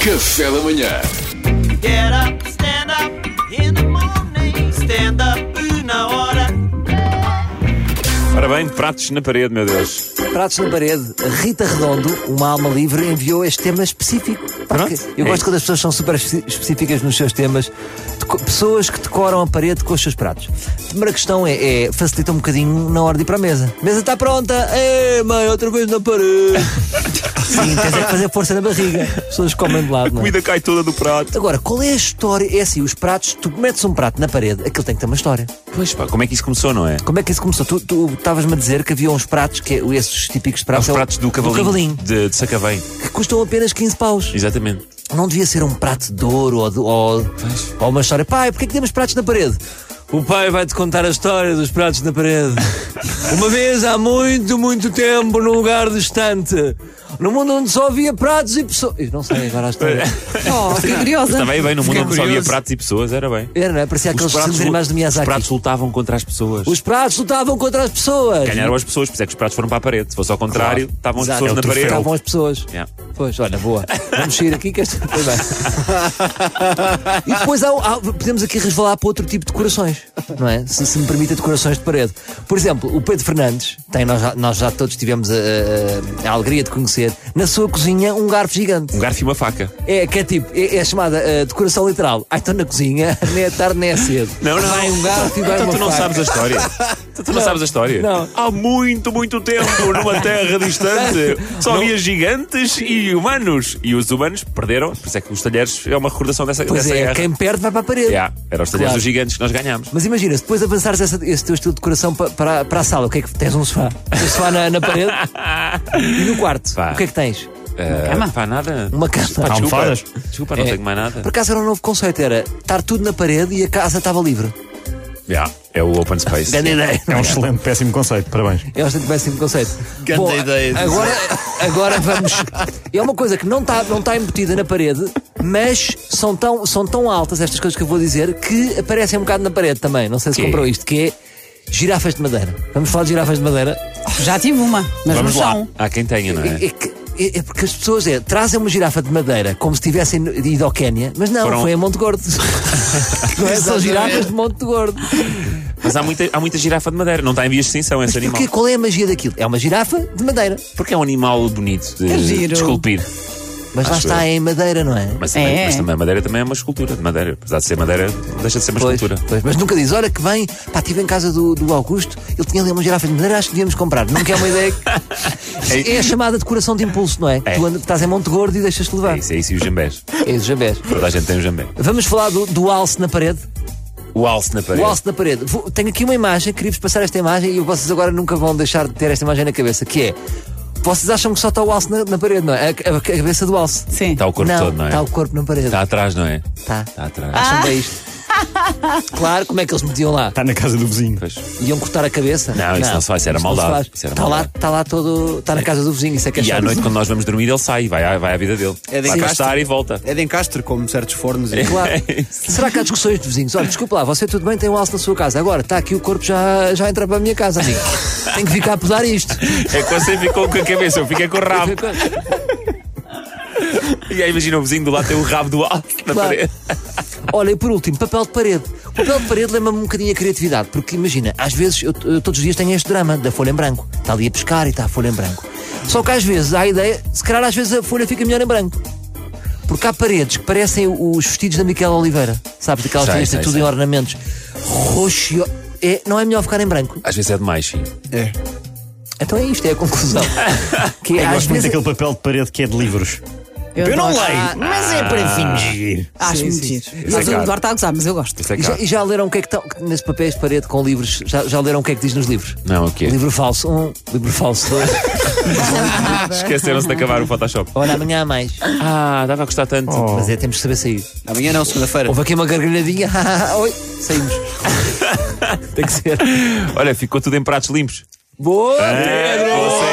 Café da manhã. Get up, stand up in the morning. Stand up na hora. Ora bem, pratos na parede, meu Deus. Pratos na parede, Rita Redondo, uma alma livre, enviou este tema específico. Pá, Pronto, que- eu é gosto isso. quando as pessoas são super espe- específicas nos seus temas. Deco- Pessoas que decoram a parede com os seus pratos. A primeira questão é, é facilita um bocadinho na hora de ir para a mesa. Mesa está pronta! Ei, mãe, outra coisa na parede! Sim, tens é que fazer força na barriga. As pessoas comem de lado, não é? Comida cai toda do prato. Agora, qual é a história? É assim, os pratos, tu metes um prato na parede, aquilo tem que ter uma história. Pois pá, como é que isso começou, não é? Como é que isso começou? Tu- Tu estavas-me a dizer que havia uns pratos, que é, esses típicos Os pratos. é o- pratos Então, do cavalinho, cavalinho, De, de Sacavém. que custam apenas 15 paus. Exatamente. Não devia ser um prato de ouro ou, de- ou- ou uma história. Pai, porquê é que temos pratos na parede? O pai vai-te contar a história dos pratos na parede. Uma vez, há muito, muito tempo, num lugar distante, num mundo onde só havia pratos e pessoas. Eu não sei agora a história. Oh, fiquei curiosa. Também é bem, no mundo Fiquei onde só havia curioso. pratos e pessoas, era bem. Era, não é? Parecia aqueles filmes animais de os Miyazaki. pratos lutavam contra as pessoas. Os pratos lutavam contra as pessoas. Ganharam as pessoas, por isso é que os pratos foram para a parede. Se fosse ao contrário, É estavam as Exato. é pessoas na parede. Estavam as pessoas. Yeah. Pois, olha, boa. Vamos sair aqui que esta foi bem. E depois há, há- podemos aqui resvalar para outro tipo de decorações, não é? Se, se me permite, decorações de parede. Por exemplo, o Pedro Fernandes, tem, nós, já, nós já todos tivemos a, a- a alegria de conhecer, na sua cozinha, um garfo gigante. Um garfo e uma faca. É, que é tipo, é, é chamada eh, decoração literal. Ah, então na cozinha, nem é tarde nem é cedo. Não, não. Vai um garfo e vai Então uma tu não faca. sabes a história. Então tu não, sabes a história. Não. Há muito, muito tempo, numa terra distante, só havia gigantes e humanos. E os humanos perderam. Por isso é que os talheres é uma recordação dessa, Pois dessa é, guerra. quem perde vai para a parede. Yeah, Eram os talheres Claro. dos gigantes que nós ganhámos. Mas imagina, se depois avançares essa, esse teu estilo de decoração pa- para, para a sala, o que é que tens? Um sofá? Um sofá na, na parede? E no quarto? Pá. O que é que tens? Eh, cama? Pá, nada. Uma cama. Pá, desculpa. Almofadas? Desculpa, não É. tenho mais nada. Por acaso era um novo conceito, era estar tudo na parede e a casa estava livre. Yeah, É o open space. Grande ideia. É um excelente, péssimo conceito, parabéns. É bastante péssimo conceito. Grande ideia. Agora, agora vamos. É uma coisa que não está não tá embutida na parede, mas são tão, são tão altas estas coisas que eu vou dizer que aparecem um bocado na parede também. Não sei se Que? comprou isto, que é girafas de madeira. Vamos falar de girafas de madeira? Já tive uma, mas Vamos não lá. são. Há quem tenha, não é? É, que- é- é porque as pessoas é, trazem uma girafa de madeira como se tivessem ido ao Quénia, mas não, Foram- foi a Monte Gordo. não é? São girafas de Monte Gordo. Mas há muita, há muita girafa de madeira. Não está em vias de extinção esse animal. Porque, qual é a magia daquilo? É uma girafa de madeira. Porque é um animal bonito de, É giro. de esculpir. Mas lá Acho está, é em madeira, não é? Mas, também, É. mas também a madeira também é uma escultura de madeira. Apesar de ser madeira, não deixa de ser uma Pois, escultura. pois, mas nunca diz, olha que bem, pá, estive em casa do, do Augusto, ele tinha ali uma girafa de madeira, acho que devíamos comprar. Nunca é uma ideia que... É a chamada decoração de impulso, não é? É. Tu andas- estás em Monte Gordo e deixas-te levar. É isso, é isso e os jambés. É isso, Jabés. Toda a gente tem um jambé. Vamos falar do, do alce na parede? O alce na parede. O alce na parede. Vou- tenho aqui uma imagem, queria-vos passar esta imagem e vocês agora nunca vão deixar de ter esta imagem na cabeça, que é. Vocês acham que só está o alce na, na parede, não é? A, a- a cabeça do alce. Sim. Está o corpo não, todo, não é? Está o corpo na parede. Está atrás, não é? Tá. Está atrás. Acham bem isto? Claro, como é que eles metiam lá? Está na casa do vizinho. Pois. Iam cortar a cabeça? Tá Não, isso não se faz, isso era isto não se maldade. faz. Isso era Está lá, maldade. está lá todo. Está na casa do vizinho, isso é que é E à chato. noite, quando nós vamos dormir, ele sai, vai à, vai à vida dele. É de vai encaixe. gastar e volta. É de encastre, como certos fornos. E... Claro. É Será que há discussões de vizinhos? Olha, desculpa lá, você tudo bem, tem um alce na sua casa. Agora, está aqui o corpo já, já entra para a minha casa, amigo. Tenho que ficar a podar isto. É que você ficou com a cabeça, eu fiquei com o rabo. E aí imagina o vizinho do lado tem o rabo do alce na Claro. parede. Olha, e por último, papel de parede. O papel de parede lembra-me um bocadinho a criatividade, porque imagina, às vezes, eu, eu todos os dias tenho este drama da folha em branco. Está ali a pescar e está a folha em branco. Só que às vezes há a ideia, se calhar às vezes a folha fica melhor em branco. Porque há paredes que parecem os vestidos da Miquela Oliveira. Sabes, aquelas Sei, que têm sei, tudo sei. em ornamentos. Roxo. É, não é melhor ficar em branco? Às vezes é demais, sim. É. Então é isto, é a conclusão. É que Eu às gosto muito vezes. daquele papel de parede que é de livros. Eu, não adoro. leio, mas é para fingir. Acho Sim, muito sim. giro. Mas o Eduardo está a gozar, mas eu gosto. é Isso é E já, caro. e já leram o que é que está. Nesses papéis de parede com livros, já, já leram o que é que diz nos livros? Não, o quê? Livro falso 1, um, livro falso 2. Esqueceram-se de acabar o Photoshop. Olha, amanhã há mais. Ah, dava a gostar tanto. Mas é, temos que saber sair. Amanhã não, segunda-feira. Houve aqui uma gargalhadinha. Oi, saímos. Tem que ser. Olha, ficou tudo em pratos limpos. Boa! Pedro!